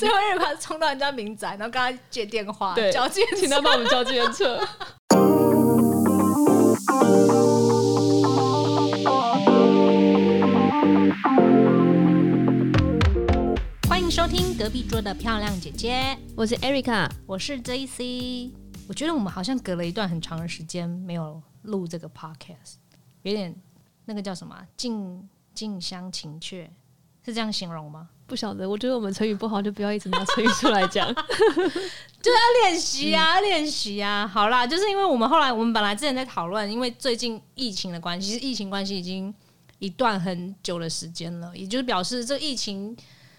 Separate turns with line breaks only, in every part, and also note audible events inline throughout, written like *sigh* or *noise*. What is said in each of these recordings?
最后一把冲到人家民宅，然后跟他借电话，
对
交接 *laughs*
请他帮我们叫计程车。
欢迎收听隔壁桌的漂亮姐姐，
*laughs* 我是 Erica，
我是 J C。我觉得我们好像隔了一段很长的时间没有录这个 podcast，有点那个叫什么啊近近乡情怯，是这样形容吗？
不晓得，我觉得我们成语不好，就不要一直拿成语出
*laughs*
来讲。
练习
嗯
啊，练习啊。好啦，就是因为我们后来，我们本来之前在讨论，因为最近疫情的关系，其实疫情关系已经一段很久的时间了，也就是表示这疫情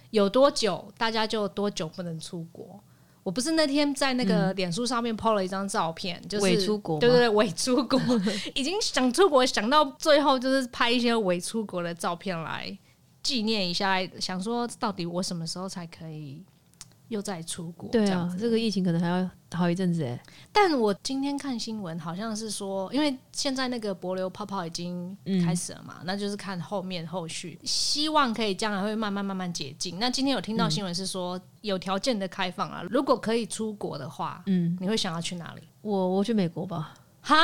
有多久，大家就多久不能出国。我不是那天在那
嗯
个脸书上面 PO 了一张照片，就是
伪出国吗
对对对，伪出国，
啊
已经想出国，想到最后就是拍一些伪出国的照片来纪念一下，想说到底我什么时候才可以又再出国？
对
这样
啊，这个疫情可能还要好一阵子哎。
但我今天看新闻，好像是说，因为现在那个博流泡泡已经开始了嘛，那就是看后面后续，希望可以将来会慢慢慢慢解禁。那今天有听到新闻是说，有条件的开放啊，如果可以出国的话，嗯，你会想要去哪里？
我我去美国吧，
哈，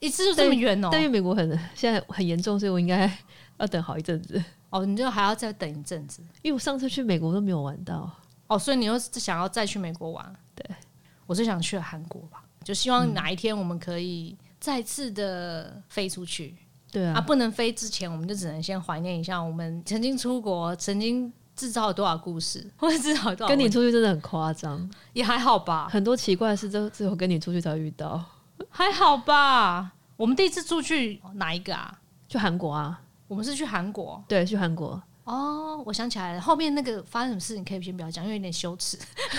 一次就这么远哦、
但因为美国很现在很严重，所以我应该要等好
*laughs*
一阵子。
哦，你就还要再等一阵子
因为我上次去美国都没有玩到，
哦，所以你又想要再去美国玩？对，嗯我最想去韩国吧，就希望哪一天我们可以再次的飞出去。
对
啊，
啊，
不能飞之前，我们就只能先怀念一下我们曾经出国，曾经制造了多少故事， *laughs* 或者制造了多少
跟你
问题
出去真的很夸张，
也还好吧，
很多奇怪的事都只有跟你出去才会遇到。
*laughs* 还好吧。我们第一次出去哪一个啊？
去韩国啊，
我们是去韩国
对，去韩国，
哦，我想起来了，后面那个发生什么事情可以先不要讲，因为有点羞耻。 *laughs*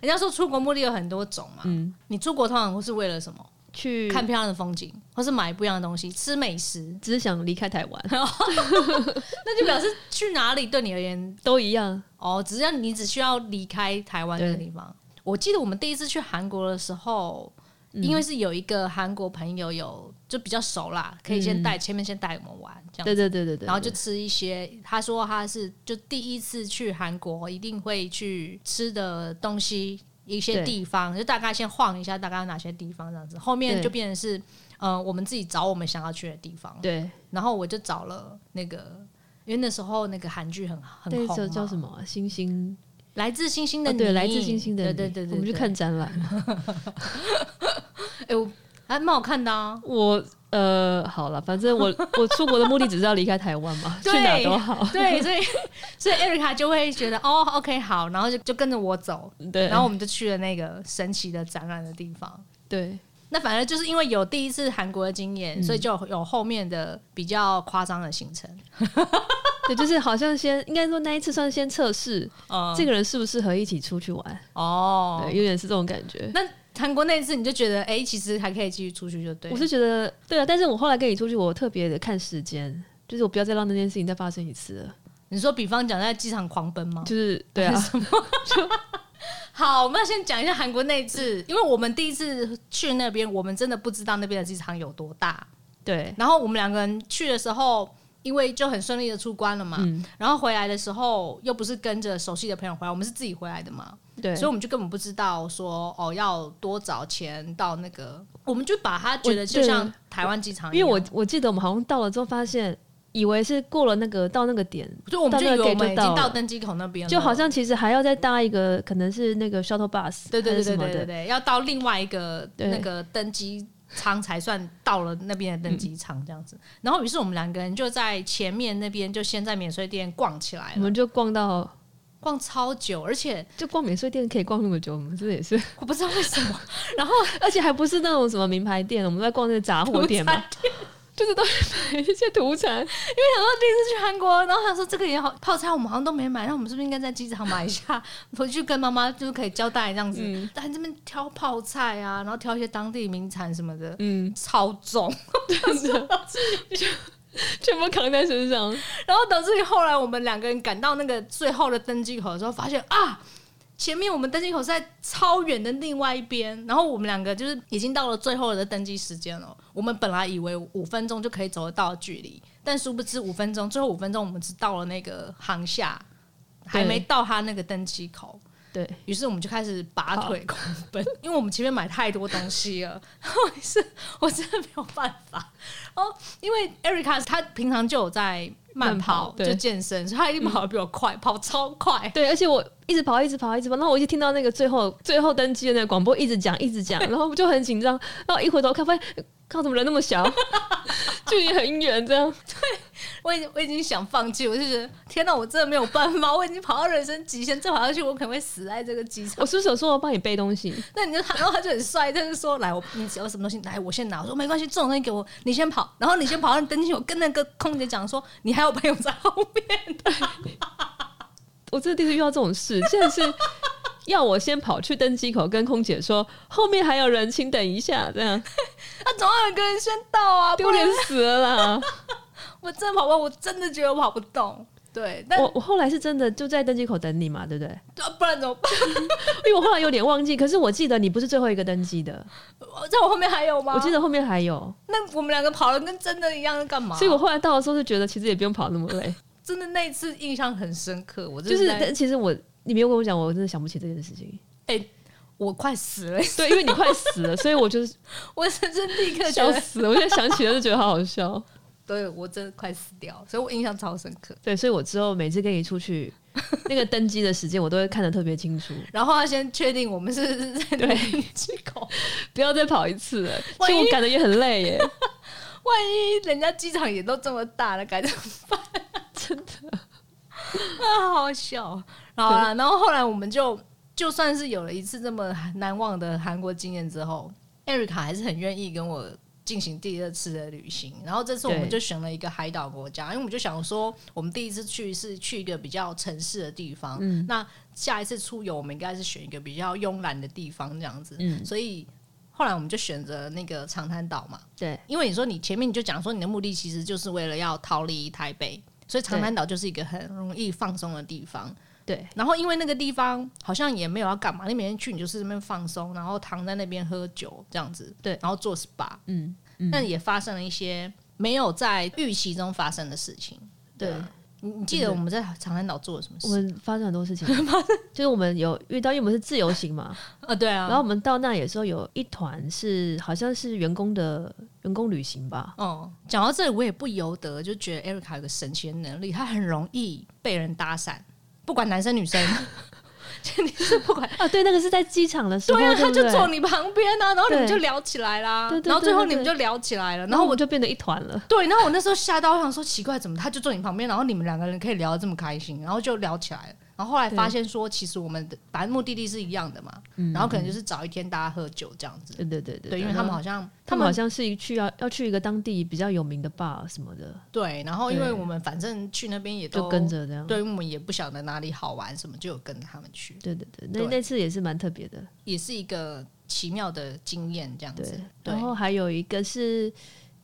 人家说出国目的有很多种嘛，你出国通常会是为了什么？
去
看漂亮的风景，或是买不一样的东西，吃美食，
只是想离开台湾，
*laughs* 那就表示去哪里对你而言
都一样。
哦，只要你只需要离开台湾这个地方。我记得我们第一次去韩国的时候，
嗯
因为是有一个韩国朋友有就比较熟啦，可以先带、前面先带我们玩这样，
嗯对对对对对，
然后就吃一些。他说他是就第一次去韩国，一定会去吃的东西。一些
对
地方就大概先晃一下，大概有哪些地方这样子，后面
对
就变成是，呃，我们自己找我们想要去的地方。
对
然后我就找了那个，因为那时候那个韩剧很很
对
红
叫
嘛，
叫什么啊星星
来自星星的
啊
你，
对，来自星星的你，
对对对对，
我们去
对。
看展览。
哎、我还蛮好看的啊。
我呃，好了，反正我我出国的目的只是要离开台湾 *laughs* *laughs* 嘛，去
对
哪都好。
对，所以 *laughs* 所以 Erica 就会觉得哦，OK 好，然后就就跟着我走，
对，
然后我们就去了那个神奇的展览的地方。
对
那反正就是因为有第一次韩国的经验，
嗯
所以就有有后面的比较夸张的行程。
对，就是好像先应该说那一次算是先测试
嗯，
这个人适不适合一起出去玩，
哦，
哦对，有点是这种感觉。
那韩国那一次你就觉得哎、其实还可以继续出去就对了。
我是觉得对啊，但是我后来跟你出去，我特别的看时间，就是我不要再让那件事情再发生一次了。
你说，比方讲在机场狂奔吗？
哦 *laughs* 就是对啊，
好，我们要先讲一下韩国那一次，因为我们第一次去那边，我们真的不知道那边的机场有多大。
对
然后我们两个人去的时候，因为就很顺利的出关了嘛，
嗯
然后回来的时候又不是跟着熟悉的朋友回来，我们是自己回来的嘛，
对
所以我们就根本不知道说哦要多找钱到那个，我们就把它觉得
我
就像台湾机场一
因为
样，
我我记得我们好像到了之后发现，以为是过了那个到那个点，
就我们就以为我们已经
到那个 gate 就到
到
了
登机口那边了，
就好像其实还要再搭一个，可能是那个 shuttle bus，
对对对
还
对
是什么
对对
的，
对，要到另外一个
对
那个登机舱才算到了那边的登机舱这样子。然后于是我们两个人就在前面那边就先在免税店逛起来
我
了，
们就逛到
逛超久，而且
就逛免税店可以逛那么久，我们这也 *laughs* 是，
我不知道为什么
而且还不是那种什么名牌店，我们在逛那个
*laughs*
杂货 *laughs* 店嘛，就是都会买一些土产，
我想说第一次去韩国，然后想说这个也好泡菜我们好像都没买，那我们是不是应该在机场买一下， *laughs* 回去跟妈妈就是可以交代这样子，
嗯
在这边挑泡菜啊，然后挑一些当地名产什么的，
嗯，
超重。
全部扛在身上，
然后导致于后来我们两个人赶到那个最后的登机口的时候，发现啊，前面我们登机口是在超远的另外一边，然后我们两个就是已经到了最后的登机时间了。我们本来以为五分钟就可以走得到的距离，但殊不知五分钟，最后五分钟我们只到了那个航下。还没到他那个登机口。
对， *laughs*
于是我们就开始拔腿狂奔， *laughs* 因为我们前面买太多东西了， *laughs* 然后是我真的没有办法。哦，因为 Erica 她平常就有在慢跑，
慢跑对嗯
就健身，所以她一定跑得比我快，跑超快。
对，而且我一直跑，一直跑，一直跑，然后我一直听到那个最后最后登机的那个广播一直讲，一直讲，然后我就很紧张，然后一回头看，发现呃靠，怎么人那么小， *laughs* 距离很远，这样
我已经我已经想放弃，我就觉得天哪，我真的没有办法， *laughs* 我已经跑到人生极限，再跑下去我可能会死在这个机场。
我是不是有说我帮你背东西？
那你就他，然后他就很帅，他就说：“来，我你只要什么东西，来我先拿。”我说：“没关系，这种东西给我，你先跑，然后你先跑，然后你登机，我跟那个空姐讲说，你还有朋友在后面。”
我真的第一次遇到这种事， *laughs* 真的是要我先跑去登机口跟空姐说，后面还有人，请等一下，这样
他总要有一个人先到啊，不
丢
然
脸死了
*laughs*
啦！
我真的跑不动，我真的觉得我跑不动。对，但
我我后来是真的就在登机口等你嘛，对不对？
啊不然怎么办？ *laughs*
因为我后来有点忘记，可是我记得你不是最后一个登机的，
我在我后面还有吗？
我记得后面还有，
那我们两个跑的跟真的一样，干嘛？
所以我后来到的时候就觉得其实也不用跑那么累，
真的那一次印象很深刻，我
就
就是在
但其实我你没有跟我讲，我真的想不起这件
*laughs*
事情。
哎我快死了， *laughs*
对，因为你快死了，所以我就是
我深深立刻觉
笑
得，
死了，我现在想起来就觉得好好
*laughs*
笑。
对我真的快死掉，所以我印象超深刻。
对，所以我之后每次跟你出去，那个登机的时间我都会看得特别清楚，
然后他先确定我们是是在 *laughs* 那边机口，
不要再跑一次了。所
万
以
一
我赶的也很累耶，
万一人家机场也都这么大了，该怎么
*laughs*
办？真的 *laughs* 啊，好好笑。然后啦，然后后来我们就就算是有了一次这么难忘的韩国经验之后，艾瑞卡还是很愿意跟我。进行第二次的旅行，然后这次我们
对
就选了一个海岛国家，因为我们就想说，我们第一次去是去一个比较城市的地方，
嗯
那下一次出游我们应该是选一个比较慵懒的地方这样子，
嗯
所以后来我们就选择那个长滩岛嘛，
*laughs* 对，
因为你说你前面你就讲说你的目的其实就是为了要逃离台北，所以长滩岛就是一个很容易放松的地方。
对，
然后因为那个地方好像也没有要干嘛，你每天去你就是那边放松，然后躺在那边喝酒这样子，
对
然后做 SPA，
嗯，
但也发生了一些没有在预期中发生的事情。
对
啊你你记得我们在长滩岛做了什么
我
事？
们 *laughs* 发生很多事情，就是我们有遇到，因为我们是自由行嘛，
呃，对啊，
然后我们到那里的时候，有一团是好像是员工的员工旅行吧，
哦，讲到这里，我也不由得就觉得 Erica 有个神奇的能力，她很容易被人搭讪，不管男生女生，就你是不管，
啊，对，那个是在机场的时候，
对啊，她
不对
就坐你旁边啊，然后你们
对
就聊起来啦
对对，对
然后最后
对对嗯
你们就聊起来了，
然
然
后
后
我
我
就变得一团了。
对，然后我那时候吓到，我想说奇怪，怎么她就坐你旁边，然后你们两个人可以聊得这么开心，然后就聊起来了。然后后来发现说，其实我们的反正目的地是一样的嘛，然后可能就是找一天大家喝酒这样子。
嗯对对对对，
对，因为他们
然后
好像
他们好像是去要要去一个当地比较有名的 bar 什么的，
对，然后因为
对
我们反正去那边也都
就跟着这样。
对，因为我们也不晓得哪里好玩什么，就有跟着他们去，
对对对，那
对
那次也是蛮特别的。
也是一个奇妙的经验这样
对
子。，对哦
然，后还有一个是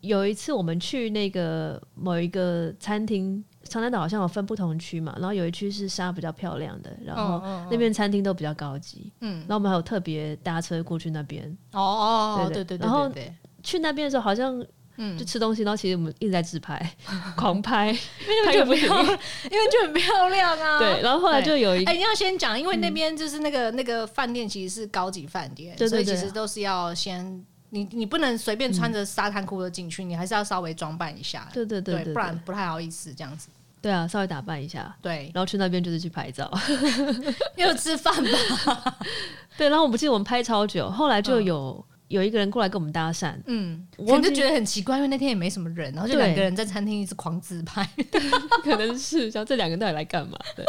有一次我们去那个某一个餐厅，长滩岛好像有分不同区嘛，然后有一区是沙比较漂亮的，然后
嗯
那边餐厅都比较高级，
嗯
然后我们还有特别搭车过去那边。
哦哦，哦对对
对对
对
然后
对对，
去那边的时候好像
嗯
就吃东西，然后其实我们一直在自拍， *laughs* 狂拍，
因
拍
为就
个不
很
停。
漂亮， *laughs* 因为就很漂亮啊。
对，。然后后来就有一
哎，你要先讲，因为那边就是那个那个饭店其实是高级饭店，
对对
所以其
对嗯
实都是要先你你不能随便穿着沙滩裤就进去，你还是要稍微装扮一下，
对对对对，
不然
对
不太好意思这样子。
对啊，稍微打扮一下，
对，
然后去那边就是去拍照。 *laughs*
又吃饭吧， *laughs*
对，然后我们记得我们拍超久，后来就有、有一个人过来跟我们搭讪，
嗯，
我
我
忘记
就觉得很奇怪，因为那天也没什么人，然后就
对
两个人在餐厅一直狂自拍， *laughs*
可能是想这两个人到底来干嘛的。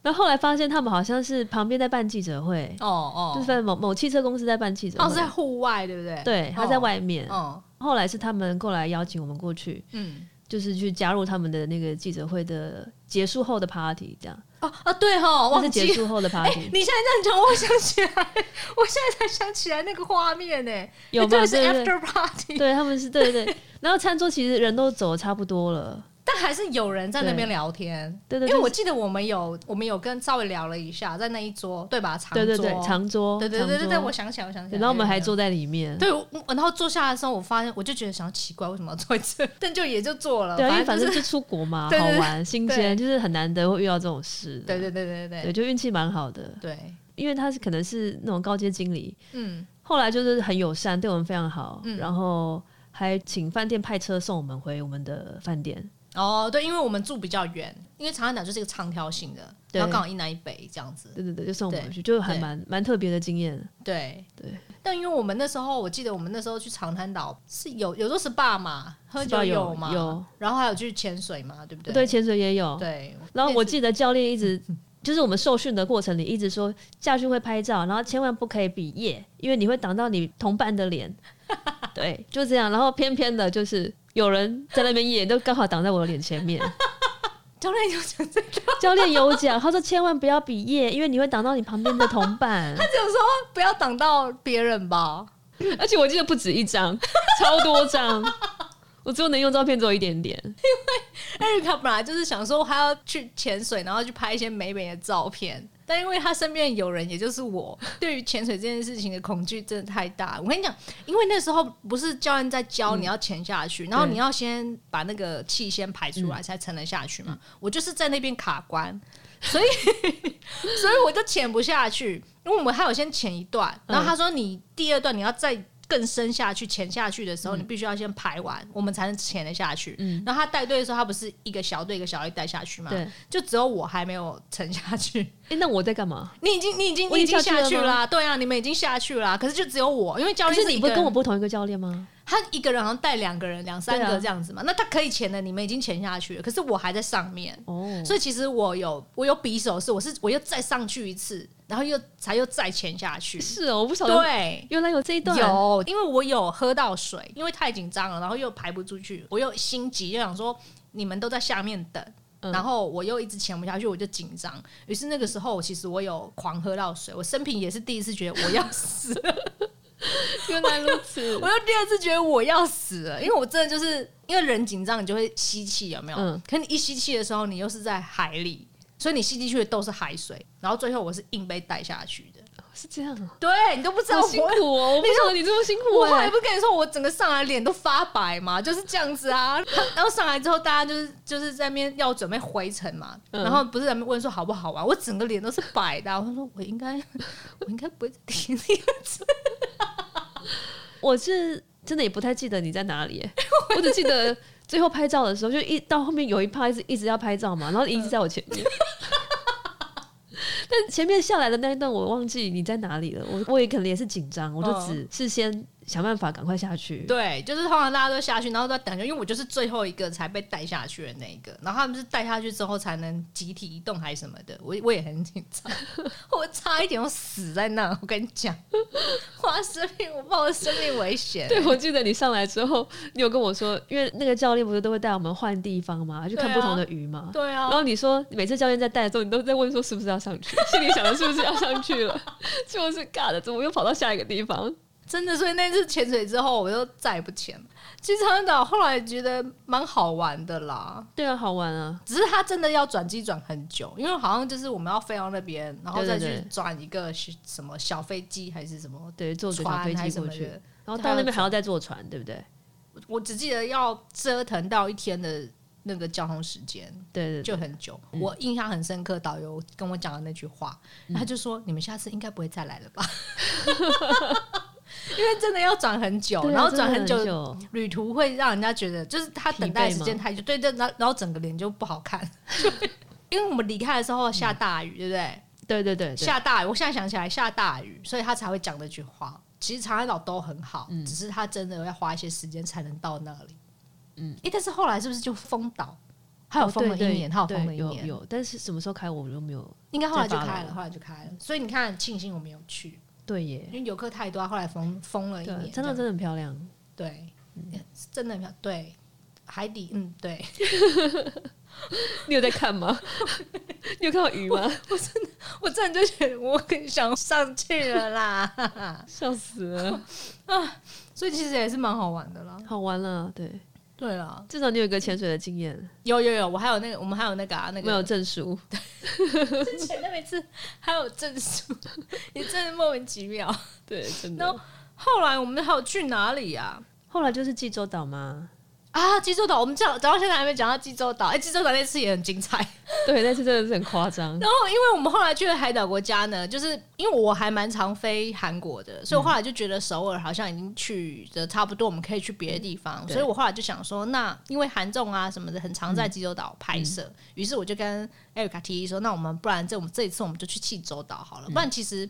然后后来发现他们好像是旁边在办记者会，
哦哦
就是在某某汽车公司在办记者
哦，
会，
是在户外，对不对？，
对，他在
哦
外面。
哦，
后来是他们过来邀请我们过去，
嗯，
就是去加入他们的那个记者会的结束后的 party，这样，
哦啊，对哈，
那是
忘
结
记。
束后的
哎、*laughs*
party，、
你现在这样讲，我想起来，我现在才想起来那个画面呢、
有
这
吧？
个是
对对对
after party，
对，他们是对对对。然后餐桌其实人都走的差不多了，
*laughs* 但还是有人在那边聊天。
对对对
因为我记得我们有我们有跟稍微聊了一下，在那一桌对吧？长桌，
对对对，长桌，
对对对
长
对对对，
桌
我想起来，我想起来。
然后我们还
对
坐在里面，
对，我我然后坐下来的时候，我发现我就觉得想奇怪，为什么要坐这？ *laughs* 但就也就做了，
对啊，因为
反
反
正
正
就是
就出国嘛，
*laughs* 对对
好
对
玩新
对
鲜，就是很难得会遇到这种事的，
对对对对对
对，就运气蛮好的，
对，
因为他是可能是那种高阶经理，
嗯，
后来就是很友善，对我们非常好，
嗯
然后还请饭店派车送我们回我们的饭店。
哦，对，因为我们住比较远，因为长安岛就是一个长条形的，
对
然后刚好一南一北这样子，
对对对，就送我们
对
去，就还蛮蛮特别的经验。
对
对。
但因为我们那时候，我记得我们那时候去长滩岛是有有做 SPA 嘛，喝酒
SPA 有
嘛，
有
然后还有去潜水嘛，对不对？
对，潜水也有。
对
然后我记得教练一直。就是我们受训的过程里，一直说下去会拍照，然后千万不可以比耶，因为你会挡到你同伴的 *laughs* 脸。对，就这样。然后偏偏的就是有人在那边耶，都刚好挡在我的脸前 *laughs* 面。
*laughs* 教练有讲这个，
教练有讲，他说千万不要比耶，因为你会挡到你旁边的同 *laughs* 伴。
他只有说不要挡到别人吧。
而且我记得不止一张，超多张。我最后能用照片只有一点点，
艾瑞卡本来就是想说，还要去潜水，然后去拍一些美美的照片。但因为他身边有人，也就是我，对于潜水这件事情的恐惧真的太大。我跟你讲，因为那时候不是教练在教你要潜下去，然后你要先把那个气先排出来，才沉得下去嘛。我就是在那边卡关，所以所以我就潜不下去。因为我们还有先潜一段，
嗯
然后他说你第二段你要再更深下去潜下去的时
嗯
候，你必须要先排完，我们才能潜得下去。然后他带队的时候，他不是一个小队一个小队带下去吗？
对，
就只有我还没有沉下去。 *laughs*
哎，那我在干嘛？
你已经你已经
我
你
已
已
经
经
下去了
下
吗
去啦，对啊，你们已经下去啦。可是就只有我，因为教
可
练
哦是你
一
不
个
是
人
跟我不同一个教练吗？
他一个人好像带两个人、两三
对啊
个这样子嘛。那他可以潜的，你们已经潜下去了，可是我还在上面。
哦，
所以其实我有我有匕首是我是我又再上去一次，然后又才又再潜下去。
是哦，我不晓得，
对，
原来有这一段。
有，因为我有喝到水，因为太紧张了，然后又排不出去，我又心急，就想说你们都在下面等。
嗯
然后我又一直潜不下去，我就紧张。于是那个时候，其实我有狂喝到水，我生平也是第一次觉得我要死了，
*laughs* 原来如此。
我又第二次觉得我要死了，因为我真的就是因为人紧张，你就会吸气，有没有？
嗯
可你一吸气的时候，你又是在海里，所以你吸进去的都是海水，然后最后我是硬被带下去的。
是这样，啊
对你都不知道
好辛
我
苦哦，我不晓得你这么辛苦
我后
哎
来。不跟你说，我整个上来脸都发白嘛，就是这样子啊。 *laughs* 然后上来之后，大家就是就是在那边要准备回程嘛，
嗯
然后不是在那边问说好不好玩，我整个脸都是白的啊、我说我应该 *laughs* 我应该不会再听你的这
我是真的也不太记得你在哪 *laughs* 里，哎我只记得最后拍照的时候，就一到后面有一趴一直一直要拍照嘛，然后你一直在我前面。 *laughs* 但前面下来的那一段我忘记你在哪里了，我我也可能也是紧张，我就只是先想办法赶快下去。
对，就是通常大家都下去，然后都在等，因为我就是最后一个才被带下去的那一个，然后他们是带下去之后才能集体移动还是什么的，我我也很紧张，我差一点要死在那，我跟你讲，花生命，我冒着生命危险。
对，我记得你上来之后，你有跟我说，因为那个教练不是都会带我们换地方嘛，去看不同的鱼嘛。
对啊
然，后你说每次教练在带的时候，你都在问说是不是要上去，心里想的是不是要上去了， *laughs* 就是尬的，怎么又跑到下一个地方？
真的，所以那次潜水之后，我就再也不潜了。其实长滩岛后来觉得蛮好玩的啦，
对啊，好玩啊！
只是它真的要转机转很久，因为好像就是我们要飞到那边，然后再
对对
去
对
转一个是什么小飞机还是什么
对，坐个小
船
飞
还
机
是什
过
么
去，
的。
然后到那边还要再坐船，对不对？
我只记得要折腾到一天的那个交通时间
对对对，
就很久。
嗯
我印象很深刻，导游跟我讲的那句话，然后他就说：“你们下次应该不会再来了吧？”
*laughs*
因为真的要转很久，
对啊
然后
真的
转
很
久，
久，
旅途会让人家觉得，就是他等待的时间太久，对，对，然后然后整个脸就不好
*laughs*
看。因为我们离开的时候下大雨，对不对？
对对对对，
下大雨，我现在想起来下大雨，所以他才会讲那句
嗯
话。其实长安岛都很好，只是他真的要花一些时间才能到那里。嗯，诶，但是后来是不是就封岛？还有封了一年，还有
哦对
封了
对
一
有
年，
有，但是什么时候开我都没有。
应该后来就
再发
开
了
了，后来就开了。所以你看，庆幸我没有去，
对耶
因，为游客太多，后来封封了一
对啊
年，，这
真的嗯
样
真的很
*laughs*
漂亮。
对，是真的很漂亮对海底，嗯，对。
你有在看吗？ *laughs* 你有看到鱼吗？
我真的就觉得我很想上去了啦，
*laughs* 笑死了，
所以其实也是蛮好玩的啦。
好玩了，对。
对了，
至少你有一个潜水的经验，
有有有，我还有那个，我们还有那个啊，那个
没有证书。
之 *laughs* 前那每次还有证书，也真是莫名其妙。
对，真
的。后来我们还有去哪里啊呀、
后来就是济州岛嘛，
啊？济州岛，我们讲讲到现在还没讲到济州岛。哎、济州岛那次也很精彩。
对，那次真的是很夸张。
然后，因为我们后来去了海岛国家呢，就是因为我还蛮常飞韩国的，
嗯
所以我后来就觉得首尔好像已经去的差不多，我们可以去别的地方。
对嗯
所以我后来就想说，那因为韩综啊什么的很常在济州岛拍摄，于、是我就跟艾瑞卡提议说，那我们不然这我们这一次我们就去济州岛好
嗯
了，不然其实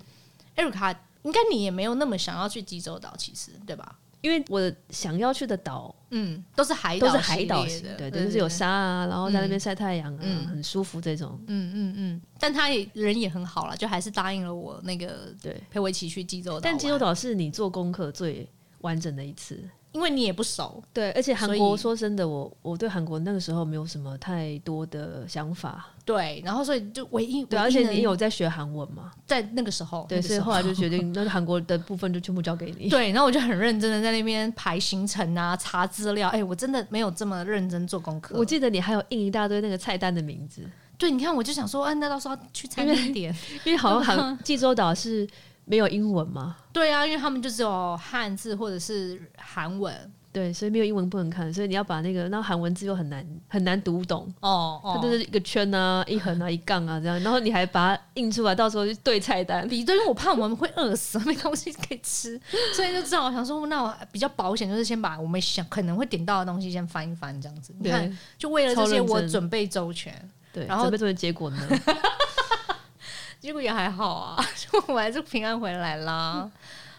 艾瑞卡应该你也没有那么想要去济州岛，其实对吧？
*laughs* 因为我想要去的岛
嗯，都是海岛
都是海岛
系
型
列的，
对，就是有沙啊，然后在那边晒太阳啊，
嗯
很舒服这种。
嗯嗯嗯，但他也人也很好了，就还是答应了我那个
对，
陪我一起去济州岛玩。
但济州岛是你做功课最完整的一次。
因为你也不熟，
对，而且韩
所
国
以
说真的，我我对韩国那个时候没有什么太多的想法。
对，然后所以就唯一
对，
唯
而
一
且
能
你有在学韩文嘛？
在那个时候，
对，
那个
所以
时候
后来就决定， *laughs* 那韩国的部分就全部交给 *laughs* 你。
*laughs* 对，然后我就很认真的在那边排行程啊，查资料，哎、我真的没有这么认真做功课。
我记得你还有印一大堆那个菜单的名字，
对，你看，我就想说，哎、那到时候要去餐厅点，
因为好像 *laughs* 韩济州岛是没有英文嘛，
*laughs* 对啊，因为他们就只有汉字或者是韩文，
对，所以没有英文不能看，所以你要把那个那韩文字又很难很难读懂，
哦
它
哦
就是一个圈啊、一横啊、一杠啊这样，然后你还把它印出来，到时候去对菜单。
比对，因为我怕我们会饿死， *laughs* 没东西可以吃，所以就知道我想说，那我比较保险，就是先把我们想可能会点到的东西先翻一翻，这样子。你看，
对
就为了这些，
超认真
我准备周全，
对，
然
然
后
后被做的结果呢？
结果也还好啊， *laughs* 就我还是平安回来啦。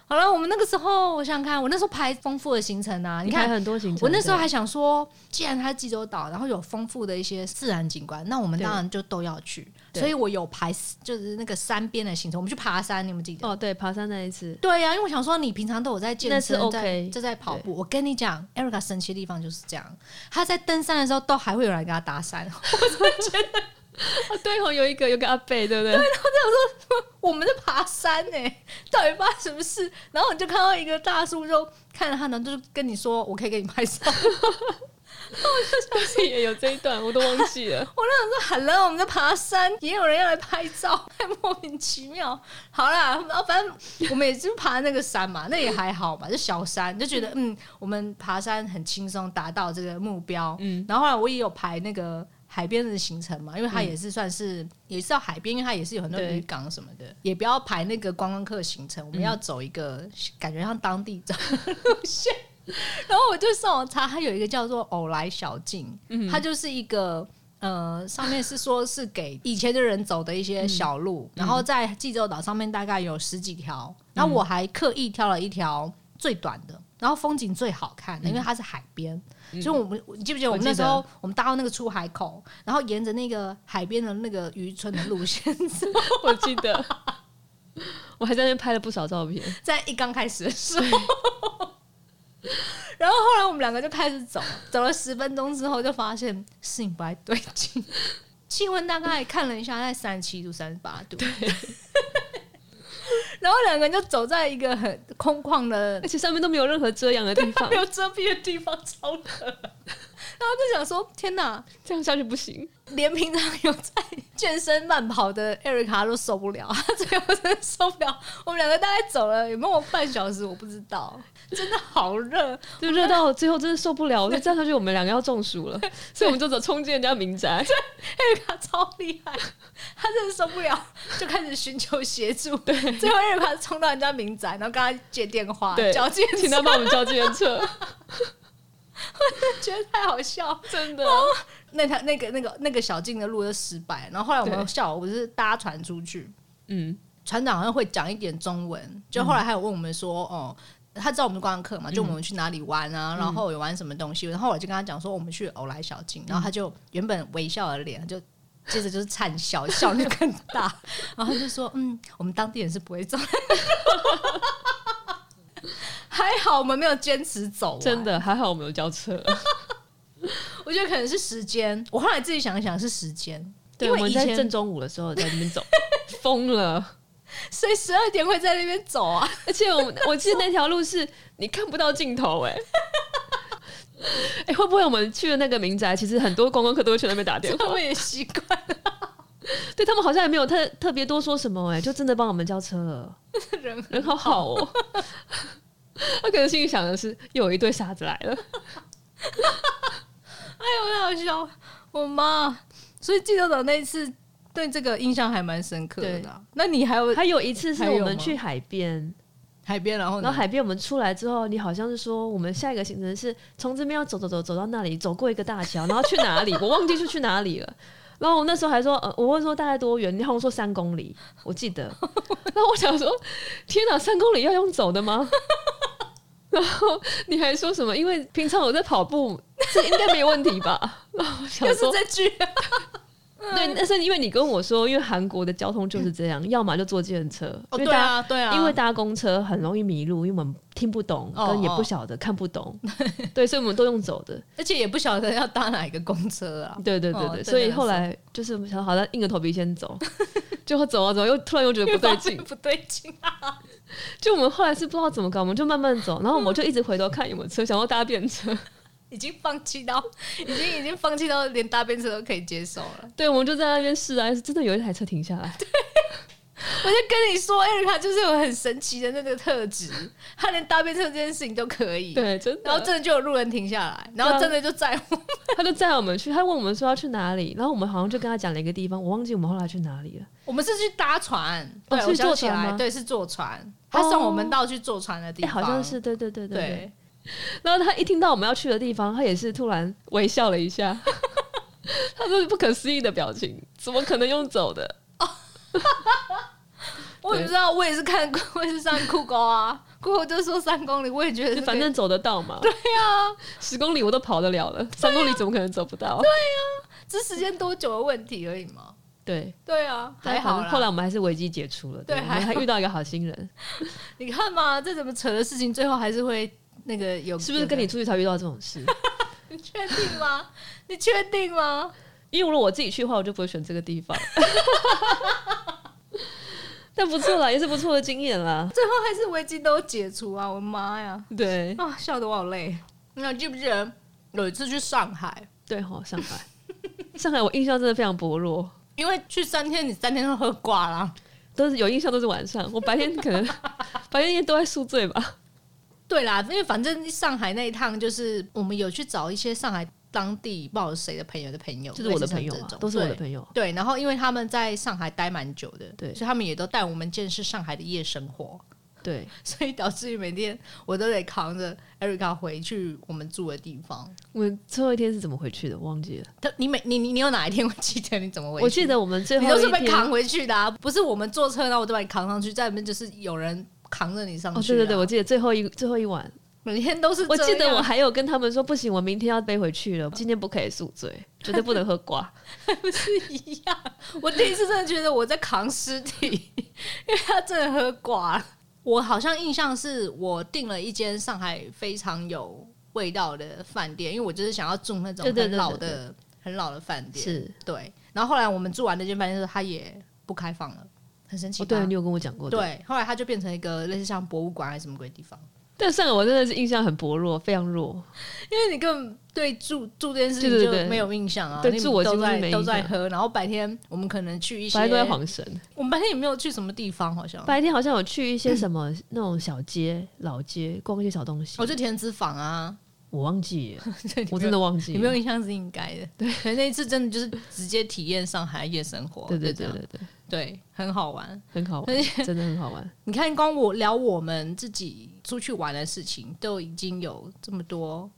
好了，我们那个时候，我想想看，我那时候排丰富的行程啊，你
*laughs* 你看
看。
很多行程，
我那时候
对
还想说，既然它是济州岛，然后有丰富的一些自然景观，那我们
对
当然就都要去。
对
所以我有排就是那个山边的行程，我们去爬山，你们记得？
哦，对，爬山那一次，
对啊呀、因为我想说你平常都有在健
那是
身，在
OK，
就在跑步。我跟你讲，Erica 神奇的地方就是这样，她在登山的时候都还会有人跟她搭讪。 *laughs*
哦，对哦，有一个有个阿贝，对不对？
我们在爬山呢、到底发生什么事？然后你就看到一个大叔就看着他，然后就跟你说：“我可以给你拍照。。
对， *laughs* 也有这一段，我都忘记了”
我那时候喊了，我们在爬山，也有人要来拍照， *laughs* 太莫名其妙。好啦，然后反正我们也就爬那个山嘛， *laughs* 那也还好吧，就小山，就觉得嗯，我们爬山很轻松，达到这个目标。嗯，然后后来我也有排那个。海边的行程嘛，因为它也是算是、也是到海边，因为它也是有很多
对
渔港什么的，也不要排那个观光客行程，我们要走一个、感觉像当地走 *laughs* 然后我就上网查，它有一个叫做“偶来小径”，它就是一个。呃，上面是说是给以前的人走的一些小路，然后在济州岛上面大概有十几条，然后我还刻意挑了一条最短的，然后风景最好看的，因为它是海边，所以我们你记不记得嗯我们
我记
那时
得
候我们搭到那个出海口，然后沿着那个海边的那个渔村的路线 *laughs* 走，
我记得， *laughs* 我还在那边拍了不少照片。
在一刚开始的时候。然后后来我们两个就开始走，走了十分钟之后就发现事情不太对劲，气温大概看了一下在三十七度、三十八度， *laughs* 然后两个人就走在一个很空旷的
而且上面都没有任何遮阳的地
*laughs*
方
没，有遮蔽的地方，超冷。然后就想说：天哪，
这样下去不行。
连平常有在健身慢跑的 Erica 都受不了， *laughs* 她最后真的受不了。我们两个大概走了有没有半小时，我不知道，真的好热。
就热到最后真的受不了，我说这样下去我们两个要中暑了， *laughs* 所以我们就走冲进人家民 *laughs* 宅。
Erica 超厉害，她真的受不了，就开始寻求协助。对，最后 Erica 冲到人家民宅，然后跟他借电话，
对，
矫
*laughs*
健，
请他帮我们叫计程车，
觉得太好笑。
*laughs* 真的。
那条那个那个那个小径的路就失败，然后后来我们
对
下午不是搭船出去，
嗯，
船长好像会讲一点中文，就后来还有问我们说，哦、他知道我们观光
嗯
课嘛，就我们去哪里玩啊，然后有玩什么东西，然后我就跟他讲说我们去偶来小
嗯
径，然后他就原本微笑的脸就。接着就是灿笑，笑就更
*laughs*
大，然后他就说：“嗯，我们当地人是不会走。” *laughs* 还好我们没有坚持走完，
真的还好我们有叫车，
我觉得可能是时间。我后来自己想一想是时间，
*laughs* 对，
因
我
为
们
以
在
前
正中午的时候在那边走， *laughs* 疯了。
所以十二点会在那边走啊。
*laughs* 欸而且我们我记得那条路是你看不到尽头哎、 *laughs* 哎、会不会我们去的那个民宅，其实很多观光客都会去那
*laughs*
边打电话 *laughs*
他？们也习惯
对他们好像也没有特特别多说什么、哎，就真的帮我们叫车了，
人
*laughs* 人好好 *laughs* 哦。他可能心里想的是，又有一对傻子来了。
很好笑。我妈，所以济州岛那一次对这个印象还蛮深刻的啊。那你还有
还有一次是
还有
我
吗
们去海边，
海边，啊然后
然
呢
后？海边我们出来之后，你好像是说我们下一个行程是从这边要走走走走到那里，走过一个大桥，然后去哪里？ *laughs* 我忘记是去哪里了。然后我那时候还说，呃，我问说大概多远？你好像说三公里，我记得。然后我想说，天哪，三公里要用走的吗？ *laughs* 然后你还说什么？因为平常我在跑步，这应该没有问题吧？ *laughs* 然后我想
又
说
是，这句，
对，但是因为你跟我说，因为韩国的交通就是这样，要么就坐计程车，
哦，
因为
对
大家
啊，对啊，
因为搭公车很容易迷路，因为我们听不懂，
哦
跟也
哦
不晓得、看不 *laughs* 懂，对，所以我们都用走的。
而且也不晓得要搭哪一个公车啊。
对对对
哦
对，
对
所以
对
后来就是我们想，好了，硬着头皮先 *laughs* 走，结果走啊走，又突然又 *laughs* 觉得不对劲
越发现，不对劲啊！
就我们后来是不知道怎么搞，我们就慢慢 *laughs* 走，然后我就一直回头看有没有车，想要搭便车，
已经放弃到，已经已经放弃到连搭便车都可以接受了。
对，我们就在那边试啊，真的有一台车停下来，
我就跟你说，艾瑞卡就是有很神奇的那个特质，她连搭便车这件事情都可以。
*laughs* 对，啊真
然后
的，
真的就有路人停下来，然后真的就载我。
他就载我们去，他问我们说要去哪里，然后我们好像就跟他讲了一个地方，我忘记我们后来去哪里了，
我们是去搭船，
哦
对，
是
我想
坐
起
船
来，
吗
对，是坐船。他送我们到去坐船的地
哎、
方，
好像是，对对对对对。
对。
然后他一听到我们要去的地方，他也是突然微笑了一 *laughs* 下，他说不可思议的表情，怎么可能用走的？
我也不知道，我也是看， *laughs* 我也是上酷狗啊，酷狗就说三公里，我也觉得是
反正走得到嘛。对啊，十公里我都跑得了了，三公里怎么可能走不到？
这时间多久的问题而已嘛。
对，
对啊，还好
但
啦
后来我们还是危机解除了，
对
对，我
还
们还遇到一个好心人，
你看嘛，这怎么扯的事情，最后还是会那个有，
是不是跟你出去才遇到这种 *laughs* 事？
有？你确定吗？ *laughs* 你确定吗？
因为如果我自己去的话，我就不会选这个地 *laughs* 方。但不错啦，也是不错的经验啦。
最后还是危机都解除啊！我的妈呀，
对
啊，笑得我好累。那你记不记得有一次去上海？
对吼，上海，上海我印象真的非常薄弱。
因为去三天，你三天都喝挂啦。
都是有印象，都是晚上。我白天
*laughs*
可能白天应该都在宿醉吧。
对啦，因为反正上海那一趟，就是我们有去找一些上海当地不知道是谁的朋友的朋友，
就是我的朋友
类似像
啊
这，种
都是我的
对
朋友。
对，然后因为他们在上海待蛮久的，
对
所以他们也都带我们见识上海的夜生活， *laughs*
对，
所以导致于每天我都得扛着 Erica 回去我们住的地方。
我们最后一天是怎么回去的？忘记了。
他，你每你你你有哪一天会记得你怎么回去？
我记得我们最
你
后
都
一
是被
天，
扛回去的、啊，不是我们坐车，然后我都把你扛上去，在里面就是有人扛着你上去、啊
哦，对对对，我，记得最后一最后一晚，
每天都是
我
这样。
记得我还有跟他们说，不行，我明天要背回去了，今天不可以宿醉， *laughs* 绝对不能喝瓜。
一样， *laughs* 我第一次真的觉得我在扛尸体， *laughs* 因为他真的喝挂了。我好像印象是我订了一间上海非常有味道的饭店，因为我就是想要住那种
对对对
很老的、
对对
很老的饭店。
是，
对。然后后来我们住完那间饭店之后，它也不开放了，很神奇
哦，
吧、
对，你有跟我讲过。，
对，后来它就变成一个类似像博物馆还是什么鬼地方。
但上海我真的是印象很薄弱，非常弱。
因为你根本对住住这件事情
对
就
对对
没有印象啊，
对
你
住我
都
几乎是
在
没印
都在
象
喝，然后白天我们可能去一些，
白天都在晃神，
我们白天也没有去什么地方，好像
白天好像有去一些什么那种小街、老街逛一些小东西
我，就田子坊啊，
我忘记 *laughs* 了，
对你
我
没
真
有
的忘记
你没有
了。
印象是应该的，对， *laughs* 可能那一次真的就是直接体验上海夜生活，
对对
对
对对对。
对，很好玩。
很好玩， *laughs* 真的很好玩。
你看，光我聊我们自己出去玩的事情，都已经有这么多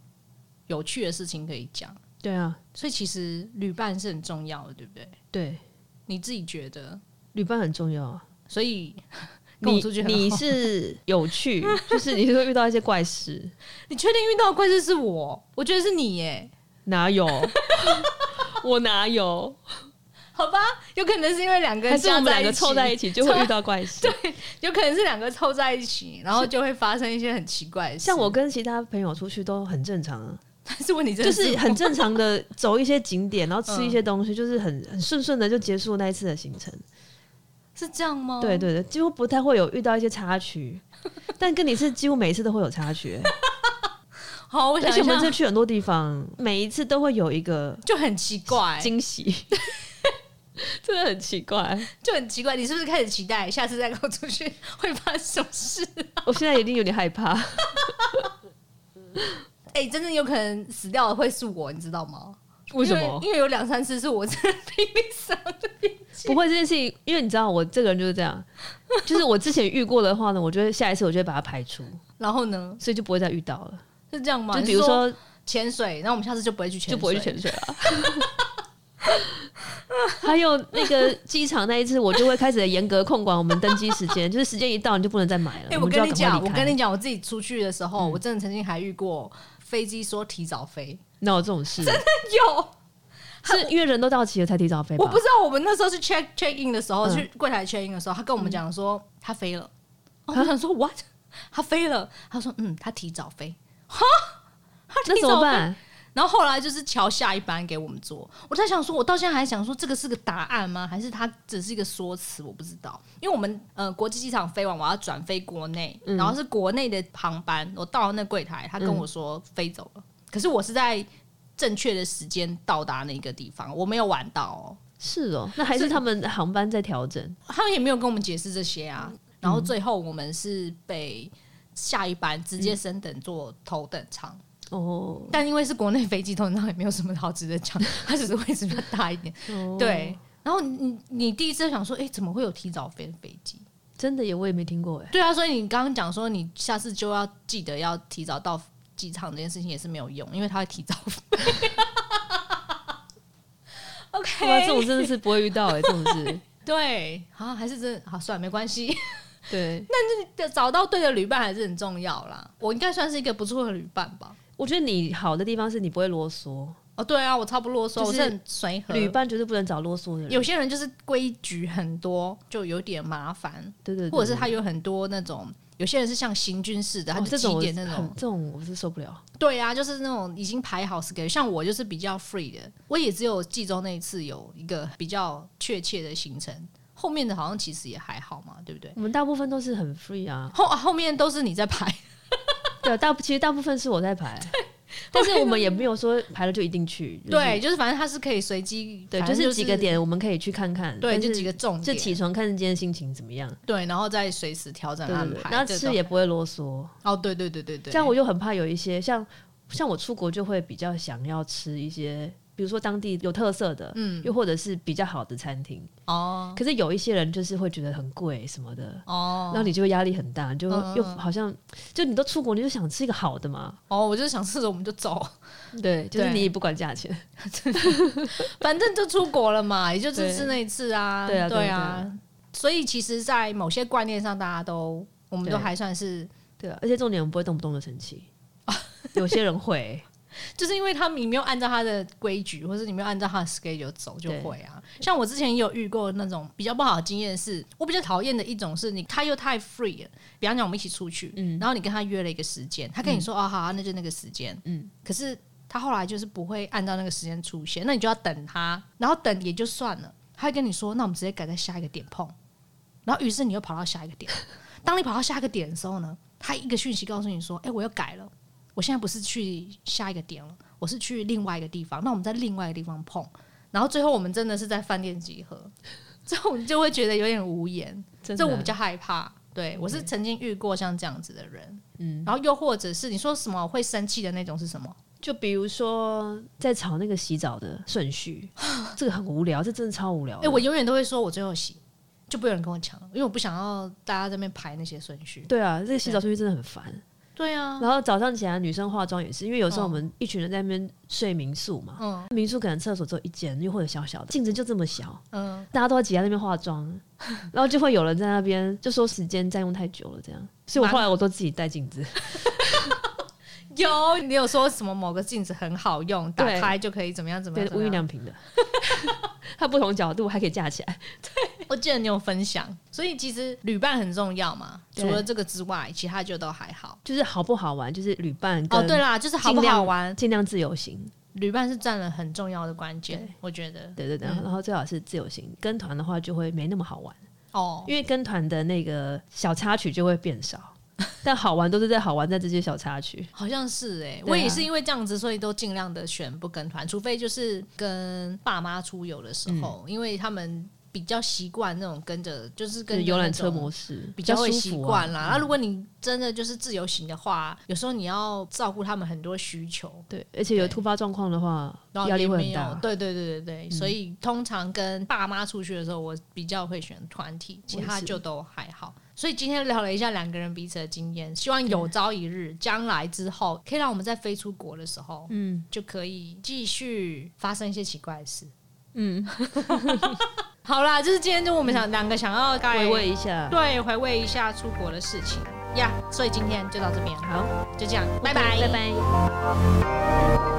有趣的事情可以讲，
对啊，
所以其实旅伴是很重要的，对不对？
对，
你自己觉得？
旅伴很重要啊。
所以跟
你
我出去很好
你是 *laughs* 有趣，就是你会遇到一些怪事，
*laughs* 你确定遇到的怪事是我？我觉得是你耶。
哪有？ *laughs* 我哪 *laughs* 有？
好吧，有可能是因为两个
还
人
是我们
加
两个凑在一
起，
起就会遇到怪 *laughs* 事？
有可能是两个凑在一起，然后就会发生一些很奇怪的事。
像我，跟其他朋友出去都很正常 *laughs* 啊，
但是问题真
就
的是
是很正常 *laughs* 的走一些景点，然后吃一些东西，就是很很顺顺的就结束那一次的行程。
是这样吗？
对，对对，几乎不 *laughs* 太会有遇到一些插曲，但跟你是几乎每一次都会有插曲欸。
好，我
*laughs* 而
想
且
一
我们
下
这，去很多地方，每一次都会有一个
就很奇怪，
惊喜， *laughs* 真的很奇怪。
就很奇怪。你是不是开始期待下次再跟我出去会发生什么
*laughs*
事？
我现在一定有点害怕。
哎、真的有可能死掉的会是我，你知道吗？
*laughs* 为什么
因为因为有两三次是我真的拼命扫的边界
不会这件事情，因为你知道我这个人就是这样，就是我之前遇过的话呢，我就会下一次我就会把它排除，
然后呢，
所以就不会再遇到了。
是这样吗？
就比
你
如
是
哦说，
潜水，那我们下次就不会去潜水，
就不会去潜水啊了。 *laughs* 还有那个机场那一次，我就会开始严格控管我们登机时 *laughs* 间，就是时间一到你就不能再买了，
哎、
我
我
们就要
跟你
赶
讲，
快
我
离
跟
开嗯
你。讲，我自己出去的时候，我真的曾经还遇过飞机说提早
*laughs*
飞，
那有这种事？
有。
是因为人都到齐了才提早飞吧？
我不知道，我们那时候是 check check in 的时候，
嗯
去柜台 check in 的时候，他跟我们讲说他飞了，
啊
哦我想说 what？他飞了，他说嗯，他提早飞，哈， *laughs* 他
那
提
怎么
早飞。
办？
然后后来就是瞧下一班给我们做，我在想说，我到现在还想说这个是个答案吗？还是它只是一个说辞？我不知道，因为我们呃国际机场飞完，我要转飞国内，
嗯
然后是国内的航班，我到了那柜台，他跟我说飞走
嗯
了，可是我是在正确的时间到达那个地方，我没有晚到哦。
*laughs* 是
*laughs*
哦，那还是他们航班在调整。
他们也没有跟我们解释这些啊。然后最后我们是被下一班直接升等做头等舱，
哦，
但因为是国内飞机，头等舱也没有什么好值得讲， *laughs* 它只是位置比较大一点。
哦
对，然后你你你第一次想说，哎、怎么会有提早飞的飞机？
真的也我也没听过哎。
对啊，所以你刚刚讲说你下次就要记得要提早到机场这件事情也是没有用，因为它会提早飞。OK，
哇，这种真的是不会遇到哎，这种
*laughs*
事。
对，好，还是真好，算了，没关系。
对，
找到对的旅伴还是很重要啦。我应该算是一个不错的旅伴吧。
我觉得你好的地方是你不会啰嗦，
哦，对啊，我超不啰嗦，
就是
我是很随和。
旅伴绝对不能找啰嗦的人。
有些人就是规矩很多，就有点麻烦，
对对对，
或者是他有很多那种，有些人是像行军似的，他
哦
就
这
几
种
点那
我
种
很。这种我是受不了。
对啊，就是那种已经排好 schedule。像我就是比较 free 的，我也只有济州那一次有一个比较确切的行程，后面的好像其实也还好嘛，对不对？
我们大部分都是很 free 啊，
后后面都是你在排，
对，大其实大部分是我
*laughs*
在排，但是我们也没有说排了就一定去。就是
对，就是反正他是可以随机，
对，
反
就
正
是几个，点我们可以去看看，
对，
但
就是几个重
就
点，
起床看今天心情怎么样，
对，然后再随时调整
对
安
对
排。
对，然后
这
吃
种
也不会啰嗦。
哦，对对对对对，
这样我又很怕有一些像像我出国就会比较想要吃一些，比如说当地有特色的，嗯，又或者是比较好的餐厅。
哦
可是有一些人就是会觉得很贵什么的，然后
哦
你就会压力很大，你就
嗯嗯
又好像就你都出国，你就想吃一个好的嘛，
哦，我就是想吃着我们就走， *laughs*
对，就是
对
你也不管价钱，
反正就出国了嘛，也就
对
只是那一次啊，
对啊对啊
对
对
啊，所以其实，在某些观念上，大家都我们都
对
还算是，
*laughs* 对啊，而且重点我们不会动不动就生 *laughs* 气，有些人会，
就是因为他们你没有按照他的规矩，或是你没有按照他的 schedule 走，就
对
会啊。像我之前也有遇过那种比较不好的经验是，我比较讨厌的一种是你他又太 free 了，比方讲我们一起出去，
嗯
然后你跟他约了一个时间，他跟你说、哦好啊、那就那个时间，
嗯
可是他后来就是不会按照那个时间出现，那你就要等他，然后等也就算了，他会跟你说，那我们直接改在下一个点碰，然后于是你又跑到下一个点，当你跑到下一个点的时候呢，他一个讯息告诉你说，哎、我又改了，我现在不是去下一个点了，我是去另外一个地方，那我们在另外一个地方碰，然后最后我们真的是在饭店集
*laughs*
合，这种就会觉得有点无言。
真
这
的
我比较害怕。对我是曾经遇过像这样子的人，
嗯
然后又或者是你说什么会生气的那种是什么？
就比如说在吵那个洗澡的顺 *laughs* 序，这个很无聊，这真的超无聊
哎、
的。
我永远都会说我最后洗，就不会有人跟我抢，因为我不想要大家在那边排那些顺序。
对啊，这个洗澡顺序真的很烦。
对啊，
然后早上起来，女生化妆也是，因为有时候
嗯
我们一群人在那边睡民宿嘛，
嗯
民宿可能厕所只有一间，又或者小小的，镜子就这么小，
嗯，
大家都要挤在那边化妆， *laughs* 然后就会有人在那边就说时间占用太久了，这样。所以我后来我都自己带镜子，
有你有说什么某个镜子很好用，打
对
开就可以怎么样怎么
对
样，怎
无
么
印
样？
良品的， *laughs* 它不同角度还可以架起来。
我记得你有分享，所以其实旅伴很重要嘛。
对
除了这个之外，其他就都还好。
就是好不好玩，就是旅伴跟
哦，对啦，就是好不
尽量
好玩，
尽量自由行，
旅伴是占了很重要的关键
对，
我觉得。
对对对，然后最好是自由行，跟团的话就会没那么好玩，
哦，
因为跟团的那个小插曲就会变少。 *laughs* 但好玩都是在好玩在这些小插曲。
好像是哎、我
对啊
也是因为这样子，所以都尽量的选不跟团，除非就是跟爸妈出游的时候，
嗯
因为他们比较习惯那种跟着，就是
就
跟
是
着
游览
那
车
种
模式
比较会
舒
习
服啊
惯啦。那、如果你真的就是自由行的话，有时候你要照顾他们很多需求，
对，而且有
对
突发状况的话，
然后
压力
也
会
没
很
有
大。嗯
对对对对对，所以通常跟爸妈出去的时候，我比较会选团体，其
我也
他
是
就都还好。所以今天聊了一下两个人彼此的经验，希望有朝一日，将来之后，可以让我们在飞出国的时候，嗯，就可以继续发生一些奇怪的事。
嗯，
好啦，就是今天就我们想两个想要该
回味一下。
对回味一下出国的事情呀所以今天就到这边，
好，
就这样，拜
拜拜。